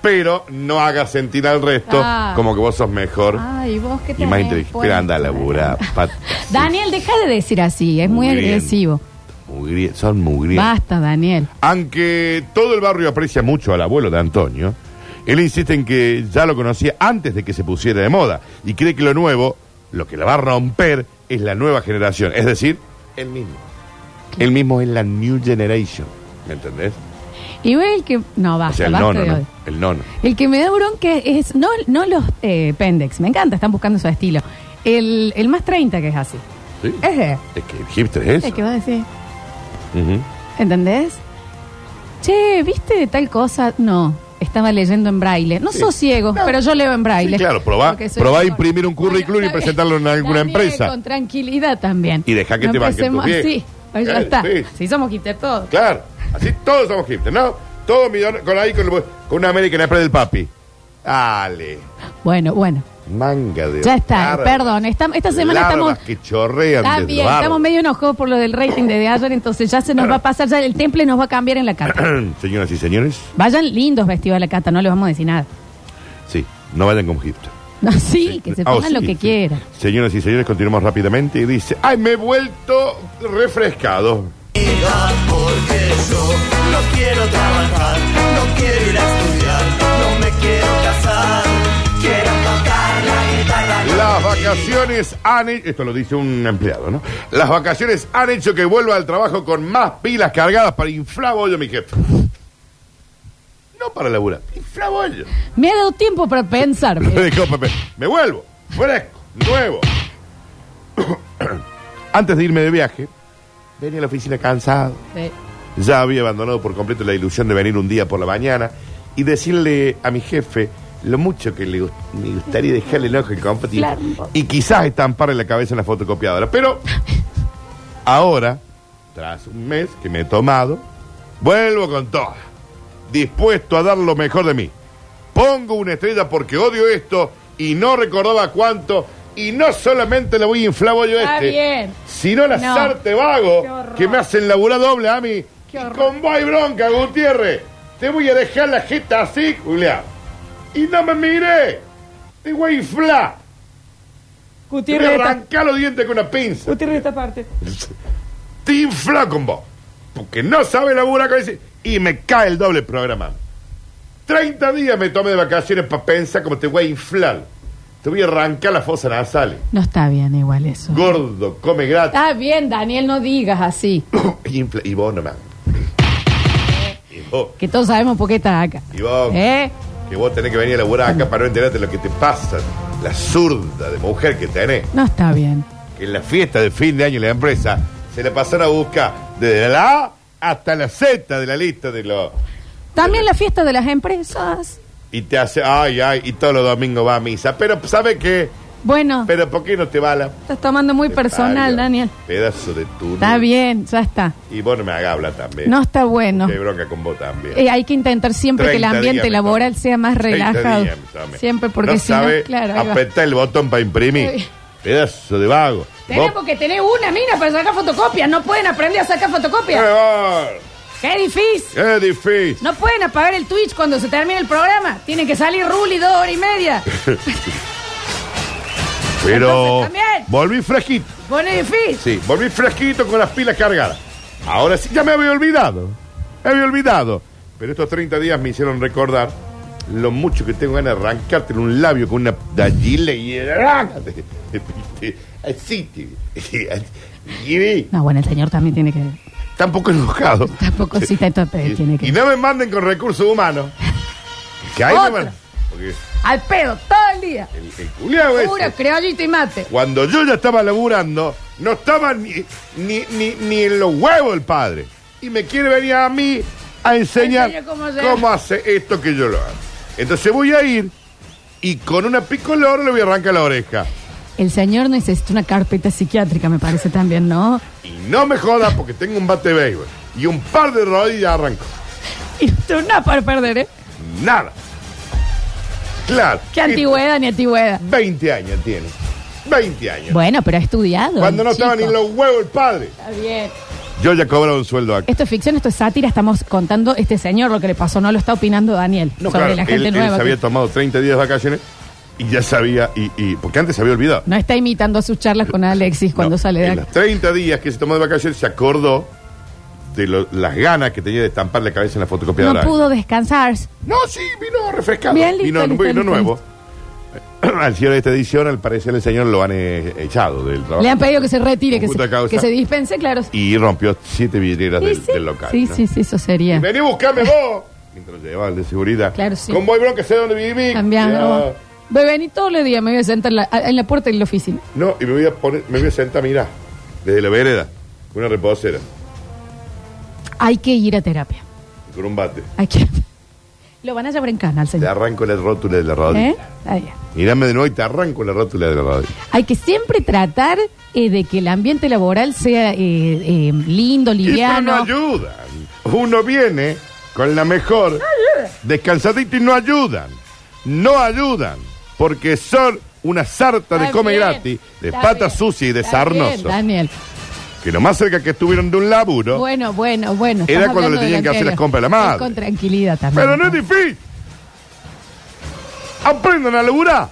Speaker 2: Pero no hagas sentir al resto
Speaker 1: Ah.
Speaker 2: como que vos sos mejor
Speaker 1: Ay, vos que
Speaker 2: y más inteligente. Pero anda a laburar. pat-
Speaker 1: Daniel, deja de decir así, es muy,
Speaker 2: Muy bien.
Speaker 1: agresivo.
Speaker 2: mugri- son mugrientos.
Speaker 1: Basta, Daniel.
Speaker 2: Aunque todo el barrio aprecia mucho al abuelo de Antonio, él insiste en que ya lo conocía antes de que se pusiera de moda y cree que lo nuevo, lo que la va a romper, es la nueva generación. Es decir, el mismo. El mismo es la New Generation. ¿Me entendés?
Speaker 1: Igual el que. No,
Speaker 2: O
Speaker 1: basta,
Speaker 2: sea, el
Speaker 1: basta
Speaker 2: nono,
Speaker 1: de hoy.
Speaker 2: ¿no? El nono.
Speaker 1: El que me da bronca es. No, no los eh, pendex, me encanta, están buscando su estilo. El, el más 30 que es así.
Speaker 2: Sí.
Speaker 1: Ese.
Speaker 2: Es que el hipster es
Speaker 1: El
Speaker 2: eso.
Speaker 1: Eh. que va a decir.
Speaker 2: Ujú.
Speaker 1: ¿Entendés? Che, ¿viste tal cosa? No, estaba leyendo en braille. No
Speaker 2: Sí.
Speaker 1: sos ciego, pero yo leo en braille.
Speaker 2: Sí, claro, probá,
Speaker 1: Porque soy
Speaker 2: probá a
Speaker 1: mejor.
Speaker 2: imprimir un currículum y
Speaker 1: Bueno, está
Speaker 2: presentarlo en alguna
Speaker 1: Daniel,
Speaker 2: empresa.
Speaker 1: Con tranquilidad también.
Speaker 2: Y dejá que
Speaker 1: No
Speaker 2: te banquen tus
Speaker 1: empecemos
Speaker 2: viejos.
Speaker 1: así. Ahí ya
Speaker 2: Eh,
Speaker 1: está.
Speaker 2: sí.
Speaker 1: Si somos hipster todos.
Speaker 2: Claro, así todos somos hipsters, ¿no? Todos millonarios, con ahí, con, el- con una American Express del papi. Ale.
Speaker 1: Bueno, bueno.
Speaker 2: Manga de.
Speaker 1: Ya está,
Speaker 2: larvas.
Speaker 1: perdón. Estam- esta semana
Speaker 2: Larvas
Speaker 1: estamos.
Speaker 2: que chorrean
Speaker 1: Está
Speaker 2: del
Speaker 1: bien,
Speaker 2: barro.
Speaker 1: estamos medio enojados por lo del rating de, de ayer, entonces ya se nos va a pasar, ya el temple nos va a cambiar en la cata.
Speaker 2: Señoras y señores,
Speaker 1: Vayan lindos vestidos a la cata, no les vamos a decir nada.
Speaker 2: sí, no vayan con Egipto.
Speaker 1: No, sí, que se
Speaker 2: Ah,
Speaker 1: pongan
Speaker 2: sí,
Speaker 1: lo que
Speaker 2: sí.
Speaker 1: quieran.
Speaker 2: Señoras y señores, continuamos rápidamente y dice, ay, me he vuelto refrescado.
Speaker 13: Porque yo no quiero trabajar, no quiero ir a estudiar, no me quiero casar, quiero tocar la guitarra.
Speaker 2: Las vacaciones han hecho, esto lo dice un empleado, ¿no? Las vacaciones han hecho que vuelva al trabajo con más pilas cargadas para inflar bollo, mi jefe. No para laburar, inflar bollo.
Speaker 1: Me ha dado tiempo para pensar.
Speaker 2: Lo dejó Pepe. Me vuelvo, fresco, nuevo. Antes de irme de viaje, venía a la oficina cansado.
Speaker 1: Sí.
Speaker 2: Ya había abandonado por completo la ilusión de venir un día por la mañana y decirle a mi jefe lo mucho que le, gust- me gustaría dejarle el ojo el competir
Speaker 1: Claro.
Speaker 2: y quizás estamparle la cabeza en la fotocopiadora. Pero ahora, tras un mes que me he tomado, vuelvo con todo, dispuesto a dar lo mejor de mí. Pongo una estrella porque odio esto y no recordaba cuánto y no solamente le voy a inflar bollo
Speaker 1: Está
Speaker 2: este,
Speaker 1: bien.
Speaker 2: sino la
Speaker 1: No.
Speaker 2: sarte
Speaker 1: Qué
Speaker 2: vago
Speaker 1: horror.
Speaker 2: que me hacen laburar doble a mí. Y con vos hay bronca, Gutiérrez. Te voy a dejar la jeta así, Julián. Y no me mire. Te voy a inflar. Te voy a
Speaker 14: Gutiérrez, esta,
Speaker 2: arrancar los dientes con una pinza.
Speaker 14: Gutiérrez esta parte.
Speaker 2: Te infla con vos. Porque no sabe laburar con ese. Y me cae el doble programa. 30 días me tomé de vacaciones para pensar cómo te voy a inflar. Te voy a arrancar las fosas nasales.
Speaker 1: No está bien igual eso.
Speaker 2: Gordo, come gratis.
Speaker 1: Está bien, Daniel, no digas así.
Speaker 2: Infla- Y vos nomás.
Speaker 1: Eh.
Speaker 2: Y vos,
Speaker 1: Que todos sabemos por qué estás acá.
Speaker 2: y vos,
Speaker 1: ¿Eh?
Speaker 2: que vos tenés que venir a laburar acá para no enterarte de lo que te pasa. La zurda de mujer que tenés.
Speaker 1: No está bien.
Speaker 2: Que en la fiesta de fin de año de la empresa se la pasaron a buscar desde la A hasta la Z de la lista de los.
Speaker 1: También la fiesta de las empresas.
Speaker 2: Y te hace, ay, ay, y todos los domingos va a misa. Pero, ¿sabe qué?
Speaker 1: Bueno,
Speaker 2: Pero, ¿por qué no te va la
Speaker 1: estás tomando muy personal,
Speaker 2: parió.
Speaker 1: Daniel.
Speaker 2: pedazo de tú?
Speaker 1: Está bien, ya está.
Speaker 2: Y vos no me hagas hablar también.
Speaker 1: No está bueno.
Speaker 2: Que hay bronca con vos también.
Speaker 1: Eh, hay que intentar siempre que el
Speaker 2: 30
Speaker 1: ambiente
Speaker 2: días me
Speaker 1: laboral sea más
Speaker 2: 30
Speaker 1: relajado.
Speaker 2: días, mi Sami.
Speaker 1: Siempre porque
Speaker 2: no
Speaker 1: si no,
Speaker 2: sabe
Speaker 1: claro. ahí va.
Speaker 2: apretar el botón para imprimir.
Speaker 1: Sí.
Speaker 2: Pedazo de vago.
Speaker 1: Tenés
Speaker 2: Vos-
Speaker 1: porque tenés una mina para sacar fotocopias. No pueden aprender a sacar
Speaker 2: ¡Qué
Speaker 1: fotocopias.
Speaker 2: va!
Speaker 1: ¡Qué difícil!
Speaker 2: ¡Qué difícil!
Speaker 1: No pueden apagar el Twitch cuando se termine el programa. Tienen que salir Ruli dos horas y media.
Speaker 2: Pero
Speaker 1: Entonces, también.
Speaker 2: volví fresquito.
Speaker 1: Pone difícil.
Speaker 2: Sí, volví fresquito con las pilas cargadas. Ahora sí, ya me había olvidado. Me había olvidado. Pero estos 30 días me hicieron recordar lo mucho que tengo ganas de arrancarte en un labio con una dallile y... arráncate. Así, te- y-
Speaker 1: No, bueno, el señor también tiene que.
Speaker 2: Tampoco enojado.
Speaker 1: Tampoco sí, está- tiene
Speaker 2: Y
Speaker 1: que.
Speaker 2: no me manden con recursos humanos. Que ahí me
Speaker 1: Otro.
Speaker 2: mandan. Porque
Speaker 1: Al pedo, todo el día.
Speaker 2: el, el culiao ese,
Speaker 1: Puro creollito y mate.
Speaker 2: cuando yo ya estaba laburando, no estaba ni, ni, ni, ni en los huevos el padre. Y me quiere venir a mí a enseñar
Speaker 1: Enseña cómo
Speaker 2: cómo,
Speaker 1: hacer.
Speaker 2: hace esto que yo lo hago. Entonces voy a ir y con una picolor le voy a arrancar la oreja.
Speaker 1: El señor necesita una carpeta psiquiátrica, me parece también, ¿no?
Speaker 2: Y no me jodas porque tengo un bate de béisbol y un par de rodillas arranco.
Speaker 1: Y tú nada para perder, ¿eh?
Speaker 2: Nada. Claro.
Speaker 1: Qué antigüedad ni antigüedad.
Speaker 2: 20 años tiene. 20 años.
Speaker 1: Bueno, pero ha estudiado. eh,
Speaker 2: Cuando
Speaker 1: el
Speaker 2: no estaba
Speaker 1: chico.
Speaker 2: ni en los huevos el padre.
Speaker 1: Está bien.
Speaker 2: Yo ya cobraba un sueldo acá.
Speaker 1: Esto es ficción, esto es sátira. Estamos contando este señor lo que le pasó. No lo está opinando Daniel
Speaker 2: No,
Speaker 1: sobre
Speaker 2: claro,
Speaker 1: la gente
Speaker 2: él, él
Speaker 1: nueva.
Speaker 2: se
Speaker 1: que-
Speaker 2: había tomado 30 días de vacaciones y ya sabía, y, y- porque antes se había olvidado.
Speaker 1: No está imitando a sus charlas con Alexis cuando sale de
Speaker 2: En
Speaker 1: acá.
Speaker 2: los 30 días que se tomó de vacaciones se acordó de lo- las ganas que tenía de estampar la cabeza en la fotocopiadora.
Speaker 1: No pudo descansar.
Speaker 2: No, sí, vino refrescado.
Speaker 1: Bien, listo,
Speaker 2: vino
Speaker 1: listo,
Speaker 2: vino
Speaker 1: listo,
Speaker 2: nuevo. al señor de esta edición, al parecer el señor lo han eh, echado del trabajo.
Speaker 1: Le han pedido que se retire,
Speaker 2: Con
Speaker 1: que
Speaker 2: justa
Speaker 1: se,
Speaker 2: causa.
Speaker 1: que se dispense, claro.
Speaker 2: Y rompió siete vidrieras
Speaker 1: Sí,
Speaker 2: del,
Speaker 1: sí.
Speaker 2: del local.
Speaker 1: Sí,
Speaker 2: ¿no?
Speaker 1: sí, sí, eso sería.
Speaker 2: Vení a buscarme vos. Mientras lo llevaba el de seguridad.
Speaker 1: Claro, sí.
Speaker 2: Con voy, bro, que sé dónde viví.
Speaker 1: Cambiando.
Speaker 2: Ya.
Speaker 1: Voy a venir todos los días, me voy a sentar en la- en la puerta de la oficina.
Speaker 2: No, y me voy a poner, me voy a sentar, mirá, desde la vereda, con una reposera,
Speaker 1: Hay que ir a terapia.
Speaker 2: y con un bate.
Speaker 1: Hay que... Lo van a llevar en cana al
Speaker 2: Te
Speaker 1: señor.
Speaker 2: arranco la rótula de la rodilla.
Speaker 1: ¿Eh? Está bien.
Speaker 2: Mirame de nuevo y te arranco la rótula de la rodilla.
Speaker 1: Hay que siempre tratar eh, de que el ambiente laboral sea eh, eh, lindo,
Speaker 2: Y pero no
Speaker 1: liviano.
Speaker 2: ayudan. Uno viene con la mejor, descansadito y no ayudan. no ayudan porque son una sarta de
Speaker 1: Está
Speaker 2: come
Speaker 1: bien,
Speaker 2: gratis, de
Speaker 1: está bien,
Speaker 2: patas sucias y de
Speaker 1: está bien,
Speaker 2: sarnoso.
Speaker 1: Daniel.
Speaker 2: Que lo más cerca que estuvieron de un laburo.
Speaker 1: Bueno, bueno, bueno.
Speaker 2: Era
Speaker 1: estás
Speaker 2: cuando
Speaker 1: hablando
Speaker 2: le tenían
Speaker 1: del
Speaker 2: que hacer las
Speaker 1: anterior.
Speaker 2: compras a la madre.
Speaker 1: Es Con tranquilidad también.
Speaker 2: Pero no es difícil. Aprendan a laburar.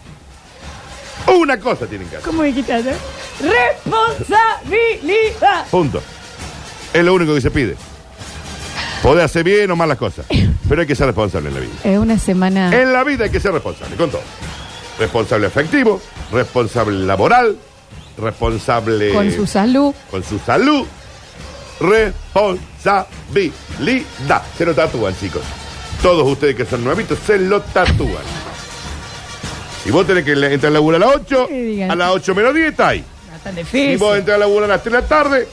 Speaker 2: Una cosa tienen que hacer.
Speaker 1: ¿Cómo dijiste ayer? Responsabilidad.
Speaker 2: Punto. Es lo único que se pide. Poder hacer bien o malas cosas. Pero hay que ser responsable en la vida.
Speaker 1: Es una semana.
Speaker 2: En la vida hay que ser responsable, con todo. Responsable afectivo, responsable laboral, responsable
Speaker 1: Con su salud.
Speaker 2: con su salud. Responsabilidad. Se lo tatúan, chicos. Todos ustedes que son nuevitos se lo tatúan. Si vos tenés que le- entrar a laburar a las 8,
Speaker 1: digan.
Speaker 2: a las 8 menos 10 está ahí.
Speaker 1: No es tan
Speaker 2: Si
Speaker 1: difícil.
Speaker 2: vos entras a laburar a las 3 de la tarde,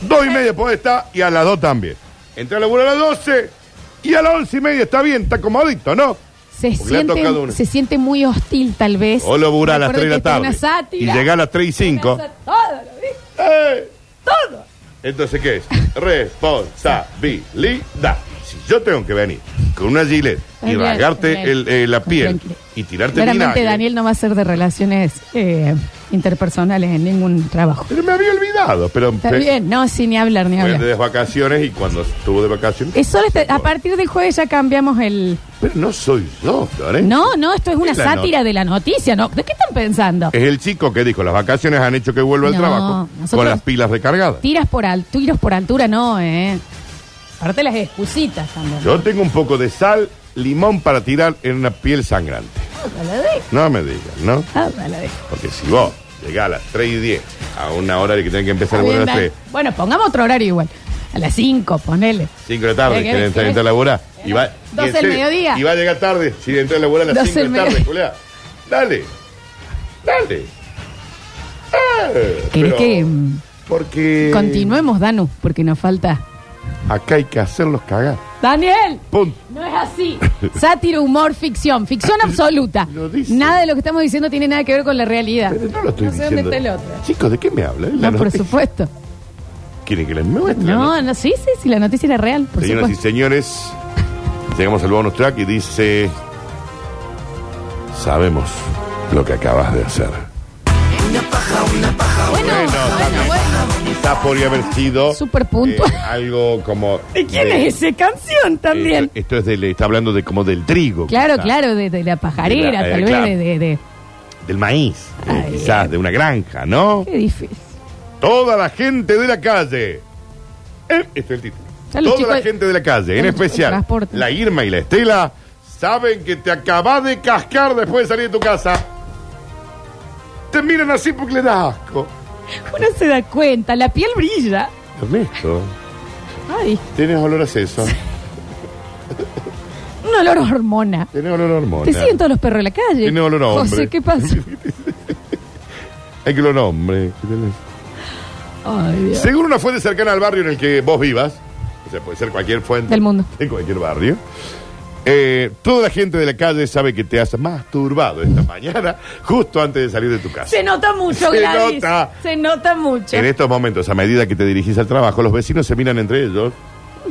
Speaker 2: 2 y media podés estar y a las 2 también. Entra a laburar a las 12 y a las 11 y media está bien, está acomodito, ¿no?
Speaker 1: Se
Speaker 2: Porque le ha tocado
Speaker 1: siente,
Speaker 2: una.
Speaker 1: se siente muy hostil, tal vez.
Speaker 2: O laburás a las 3 de la
Speaker 1: Recuerdo que
Speaker 2: tarde.
Speaker 1: está una
Speaker 2: Y
Speaker 1: sátira.
Speaker 2: llegás a las 3 y ¡Eh! 5.
Speaker 1: Todo lo vi. Todo.
Speaker 2: Entonces, ¿qué es? Responsabilidad. Si yo tengo que venir con una gilet y
Speaker 1: Daniel,
Speaker 2: rasgarte
Speaker 1: Daniel,
Speaker 2: el- eh, la
Speaker 1: con
Speaker 2: piel
Speaker 1: tranquilidad.
Speaker 2: y tirarte
Speaker 1: Claramente
Speaker 2: vinagre-
Speaker 1: Daniel no va a ser de relaciones eh, interpersonales en ningún trabajo.
Speaker 2: Pero me había olvidado, pero
Speaker 1: Está
Speaker 2: pe-
Speaker 1: bien, no, sin ni hablar, ni
Speaker 2: fue
Speaker 1: hablar.
Speaker 2: de vacaciones y cuando estuvo de vacaciones.
Speaker 1: Es solo este- a partir del jueves ya cambiamos el...
Speaker 2: Pero no soy yo, Florencia.
Speaker 1: No, no, esto es una
Speaker 2: Eh, Es la
Speaker 1: sátira
Speaker 2: nota. Eh.
Speaker 1: de la noticia, ¿no? ¿De qué están pensando?
Speaker 2: Es el chico que dijo, las vacaciones han hecho que vuelva al
Speaker 1: No,
Speaker 2: trabajo
Speaker 1: nosotros-
Speaker 2: con las pilas recargadas.
Speaker 1: Tiras por al, tiros por altura, no, ¿eh? Aparte las excusitas también.
Speaker 2: Yo tengo un poco de sal, limón para tirar en una piel sangrante.
Speaker 1: Ah, la de-
Speaker 2: No me digas, ¿no?
Speaker 1: ah, la de-
Speaker 2: Porque si vos llegás a las 3 y 10, a una hora que tenés que empezar a
Speaker 1: Está
Speaker 2: volver a
Speaker 1: bien,
Speaker 2: las
Speaker 1: Dani.
Speaker 2: 3,
Speaker 1: Bueno, pongamos otro horario igual. A las 5, ponele.
Speaker 2: 5 de la tarde,
Speaker 1: ¿Qué
Speaker 2: que
Speaker 1: querés,
Speaker 2: entrar
Speaker 1: querés?
Speaker 2: entrar a laburar. Y va, y
Speaker 1: Doce
Speaker 2: en
Speaker 1: del
Speaker 2: serio,
Speaker 1: mediodía.
Speaker 2: Y va a llegar tarde, si entra a laburar a las
Speaker 1: Doce
Speaker 2: 5 de
Speaker 1: del
Speaker 2: la tarde,
Speaker 1: mediodía.
Speaker 2: Julián. Dale, dale. Ah,
Speaker 1: ¿Querés
Speaker 2: pero eh,
Speaker 1: que mm,
Speaker 2: Porque
Speaker 1: continuemos, Danu? Porque nos falta...
Speaker 2: acá hay que hacerlos cagar. Eh,
Speaker 1: Daniel,
Speaker 2: Punto.
Speaker 1: no es así. Sátira, humor, ficción. Ficción absoluta. Nada de lo que estamos diciendo tiene nada que ver con la realidad.
Speaker 2: Pero no lo estoy
Speaker 1: No sé dónde
Speaker 2: diciendo.
Speaker 1: está el otro.
Speaker 2: Chicos, ¿de qué me habla?
Speaker 1: No, por supuesto.
Speaker 2: ¿Quieren que les muestre? la
Speaker 1: No, no, sí, sí, sí, la noticia era real, por
Speaker 2: Señoras
Speaker 1: supuesto.
Speaker 2: y señores, llegamos al bonus track y dice: Sabemos lo que acabas de hacer.
Speaker 1: Bueno, bueno, bueno.
Speaker 2: Quizás podría haber sido
Speaker 1: Súper puntual.
Speaker 2: eh, algo como.
Speaker 1: ¿De quién
Speaker 2: de- eh,
Speaker 1: es esa canción también?
Speaker 2: Esto, esto es del, está hablando de como del trigo.
Speaker 1: claro,
Speaker 2: quizás,
Speaker 1: claro, de, de la
Speaker 2: Ah. De
Speaker 1: pajarera,
Speaker 2: la- eh,
Speaker 1: tal vez,
Speaker 2: claro.
Speaker 1: de, de- de-
Speaker 2: Del maíz, eh, quizás, de una granja, ¿no?
Speaker 1: Qué difícil.
Speaker 2: Toda la gente de la calle. Eh, este es el título.
Speaker 1: Ya los
Speaker 2: Toda
Speaker 1: chicos
Speaker 2: la
Speaker 1: de-
Speaker 2: gente de la calle,
Speaker 1: ya
Speaker 2: en
Speaker 1: los chicos de
Speaker 2: especial
Speaker 1: transporte.
Speaker 2: la Irma y la Estela, saben que te acabas de cascar después de salir de tu casa. Te miran así porque le das asco.
Speaker 1: Uno se da cuenta, la piel brilla.
Speaker 2: Ernesto,
Speaker 1: Ay,
Speaker 2: tienes olor a seso,
Speaker 1: un olor a hormona.
Speaker 2: tienes olor a
Speaker 1: Te
Speaker 2: hormona.
Speaker 1: siguen todos los perros de la calle.
Speaker 2: Tiene olor a hombre.
Speaker 1: José, ¿qué pasó?
Speaker 2: Hay que lo nombre.
Speaker 1: Ay, Dios.
Speaker 2: Según una fuente cercana al barrio en el que vos vivas, o sea, puede ser cualquier fuente.
Speaker 1: Del mundo.
Speaker 2: En cualquier barrio. eh, toda la gente de la calle sabe que te has masturbado esta mañana, justo antes de salir de tu casa.
Speaker 1: Se nota mucho,
Speaker 2: Se
Speaker 1: Gladys.
Speaker 2: nota.
Speaker 1: Se nota mucho.
Speaker 2: En estos momentos, a medida que te dirigís al trabajo, los vecinos se miran entre ellos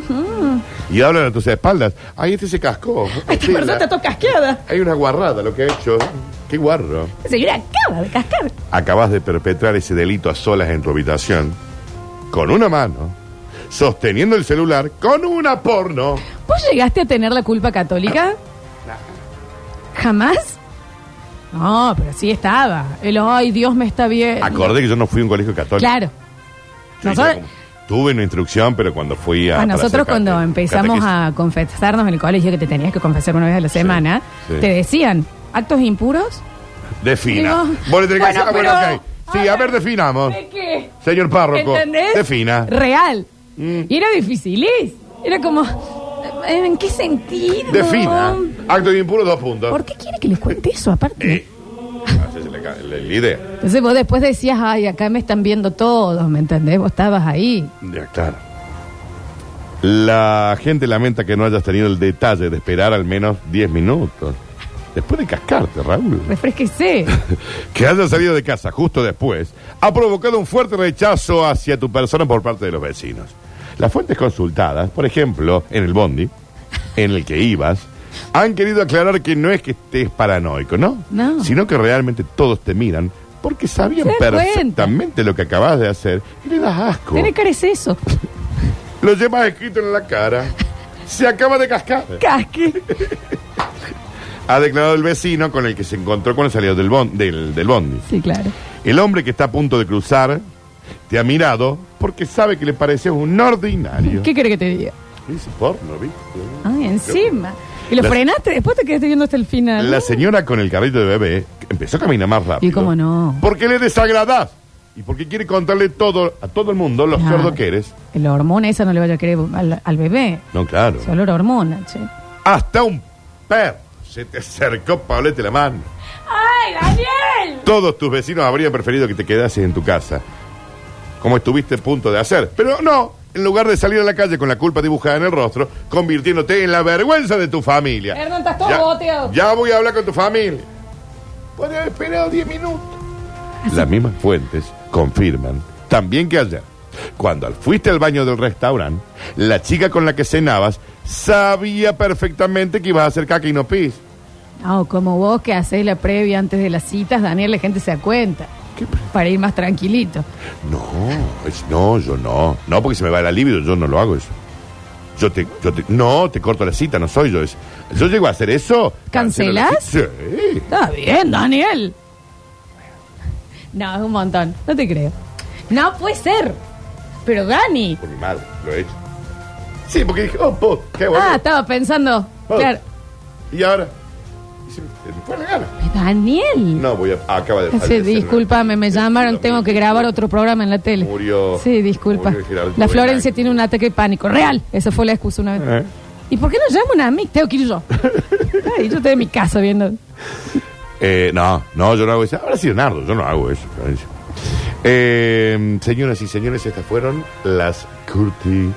Speaker 1: Mm.
Speaker 2: y hablan a tus espaldas. Ay, este se cascó.
Speaker 1: Esta
Speaker 2: Estela,
Speaker 1: persona está toda casqueada.
Speaker 2: Hay una guarrada lo que ha hecho. Qué guarro.
Speaker 1: Señora, acaba de cascar.
Speaker 2: Acabas de perpetrar ese delito a solas en tu habitación, con una mano, sosteniendo el celular, con una porno.
Speaker 1: ¿Vos llegaste a tener la culpa católica? ¿Jamás? No, pero sí estaba. El, ay, Dios me está bien.
Speaker 2: Acordé que yo no fui a un colegio católico.
Speaker 1: Eh, Claro. Ah,
Speaker 2: Yo
Speaker 1: Nosotros-
Speaker 2: hice como- tuve una instrucción, pero cuando fui a.
Speaker 1: a
Speaker 2: para
Speaker 1: nosotros
Speaker 2: hacer
Speaker 1: cuando
Speaker 2: cate-
Speaker 1: empezamos
Speaker 2: catequesis-
Speaker 1: a confesarnos en el colegio que te tenías que confesar una vez a la semana,
Speaker 2: sí.
Speaker 1: te decían, actos impuros.
Speaker 2: Defina.
Speaker 1: Digo,
Speaker 2: Vos le tenés que
Speaker 1: bueno,
Speaker 2: decir, ah, bueno,
Speaker 1: pero-
Speaker 2: ok. Sí, a ver, definamos.
Speaker 1: ¿De qué?
Speaker 2: Señor párroco,
Speaker 1: ¿Entendés?
Speaker 2: Oh. defina. Mm.
Speaker 1: Real. Y era dificilís. Era como, ¿en qué sentido?
Speaker 2: Defina. Acto de impuro, dos puntos.
Speaker 1: ¿Por qué quiere que les cuente eso aparte?
Speaker 2: Eh, esa es la, la- la idea.
Speaker 1: Entonces vos después decías, ay, acá me están viendo todos, ¿me entendés? Vos estabas ahí.
Speaker 2: Ya, claro. La gente lamenta que no hayas tenido el detalle de esperar al menos 10 minutos. Después de cascarte, Raúl.
Speaker 1: Refresquese.
Speaker 2: Que hayas salido de casa justo después ha provocado un fuerte rechazo hacia tu persona por parte de los vecinos. Las fuentes consultadas, por ejemplo, en el bondi, en el que ibas, Han querido aclarar que no es que estés paranoico, ¿no?
Speaker 1: No.
Speaker 2: Sino que realmente todos te miran porque sabían
Speaker 1: Se dan
Speaker 2: perfectamente lo que acabas de hacer y le das asco.
Speaker 1: Tiene cara es eso.
Speaker 2: Lo llevas escrito en la cara. Se acaba de cascar.
Speaker 1: Casque.
Speaker 2: Ha declarado el vecino con el que se encontró cuando salió del, bon- del, del bondi.
Speaker 1: Sí, claro.
Speaker 2: El hombre que está a punto de cruzar te ha mirado porque sabe que le pareces un ordinario.
Speaker 1: ¿Qué quiere que te diga?
Speaker 2: Dice porno, ¿viste?
Speaker 1: Ay, encima. Y lo
Speaker 2: La-
Speaker 1: frenaste, después te quedaste viendo hasta el final.
Speaker 2: La señora con el carrito de bebé empezó a caminar más
Speaker 1: Ah.
Speaker 2: rápido.
Speaker 1: y cómo no.
Speaker 2: Porque le desagradás. Y porque quiere contarle todo a todo el mundo lo
Speaker 1: Claro.
Speaker 2: cerdo que eres.
Speaker 1: Ah. La hormona esa no le vaya a querer al, al bebé.
Speaker 2: No, claro.
Speaker 1: Solo la hormona, che.
Speaker 2: Hasta un perro se te acercó para olerte la mano.
Speaker 1: ¡Ay, Daniel!
Speaker 2: Todos tus vecinos habrían preferido que te quedases en tu casa. Como estuviste a punto de hacer. Pero no, en lugar de salir a la calle con la culpa dibujada en el rostro, convirtiéndote en la vergüenza de tu familia.
Speaker 1: Hernán, estás todo
Speaker 2: Ya-
Speaker 1: boteado.
Speaker 2: Ya voy a hablar con tu familia. Podría haber esperado 10 minutos. Las mismas fuentes confirman también que ayer, cuando fuiste al baño del restaurante, la chica con la que cenabas sabía perfectamente que ibas a hacer caca y no pis.
Speaker 1: No, Ah, como vos que hacés la previa antes de las citas, Daniel, la gente se da cuenta. Para ir más tranquilito.
Speaker 2: No, es- no, yo no. No, porque se me va el libido, yo no lo hago eso. Yo te, yo te- no, te corto la cita, no soy yo. Es, yo llego a hacer eso. cancelo la
Speaker 1: ¿Cancelás?
Speaker 2: cita. Sí.
Speaker 1: Está bien, Daniel. No, es un montón. No te creo. No puede ser. Pero Dani.
Speaker 2: Por mi madre, lo he hecho. Sí, porque dije, oh, po, qué bueno.
Speaker 1: Ah, estaba pensando.
Speaker 2: Oh.
Speaker 1: Claro.
Speaker 2: Y ahora. Y se me- se me fue la gana.
Speaker 1: Daniel.
Speaker 2: No, voy a. ah, Acaba de.
Speaker 1: Sí, discúlpame, me llamaron, tengo que grabar otro programa en la tele.
Speaker 2: Murió-
Speaker 1: Sí, disculpa.
Speaker 2: murió Gerardo
Speaker 1: La
Speaker 2: Benaghi.
Speaker 1: Florencia tiene un ataque de pánico. Real. Esa fue la excusa una vez.
Speaker 2: Eh.
Speaker 1: ¿Y por qué no llaman a mí? Tengo que ir yo. Ay, yo estoy en mi casa viendo.
Speaker 2: Eh, no, no, yo no hago eso. Ahora sí, Leonardo, yo no hago eso. Florencia. Eh, señoras y señores, estas fueron las Curti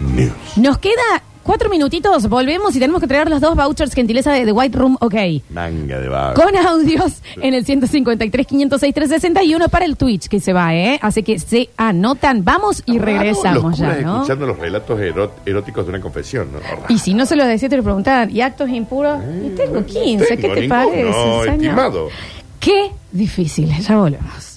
Speaker 2: News.
Speaker 1: Nos queda cuatro minutitos, volvemos y tenemos que traer los dos vouchers gentileza de The White Room OK.
Speaker 2: Manga de vago.
Speaker 1: Con audios en el 153 506 361 para el Twitch que se va, ¿eh? Así que se anotan, vamos y regresamos
Speaker 2: Los curas
Speaker 1: ya, ¿no?
Speaker 2: escuchando los relatos erot- eróticos de una confesión, ¿no?
Speaker 1: Y si no se los decía, te lo preguntaban, ¿y actos impuros? y tengo 15,
Speaker 2: Tengo
Speaker 1: ¿qué te
Speaker 2: ninguno,
Speaker 1: parece, señor?
Speaker 2: estimado.
Speaker 1: Qué difícil, ya volvemos.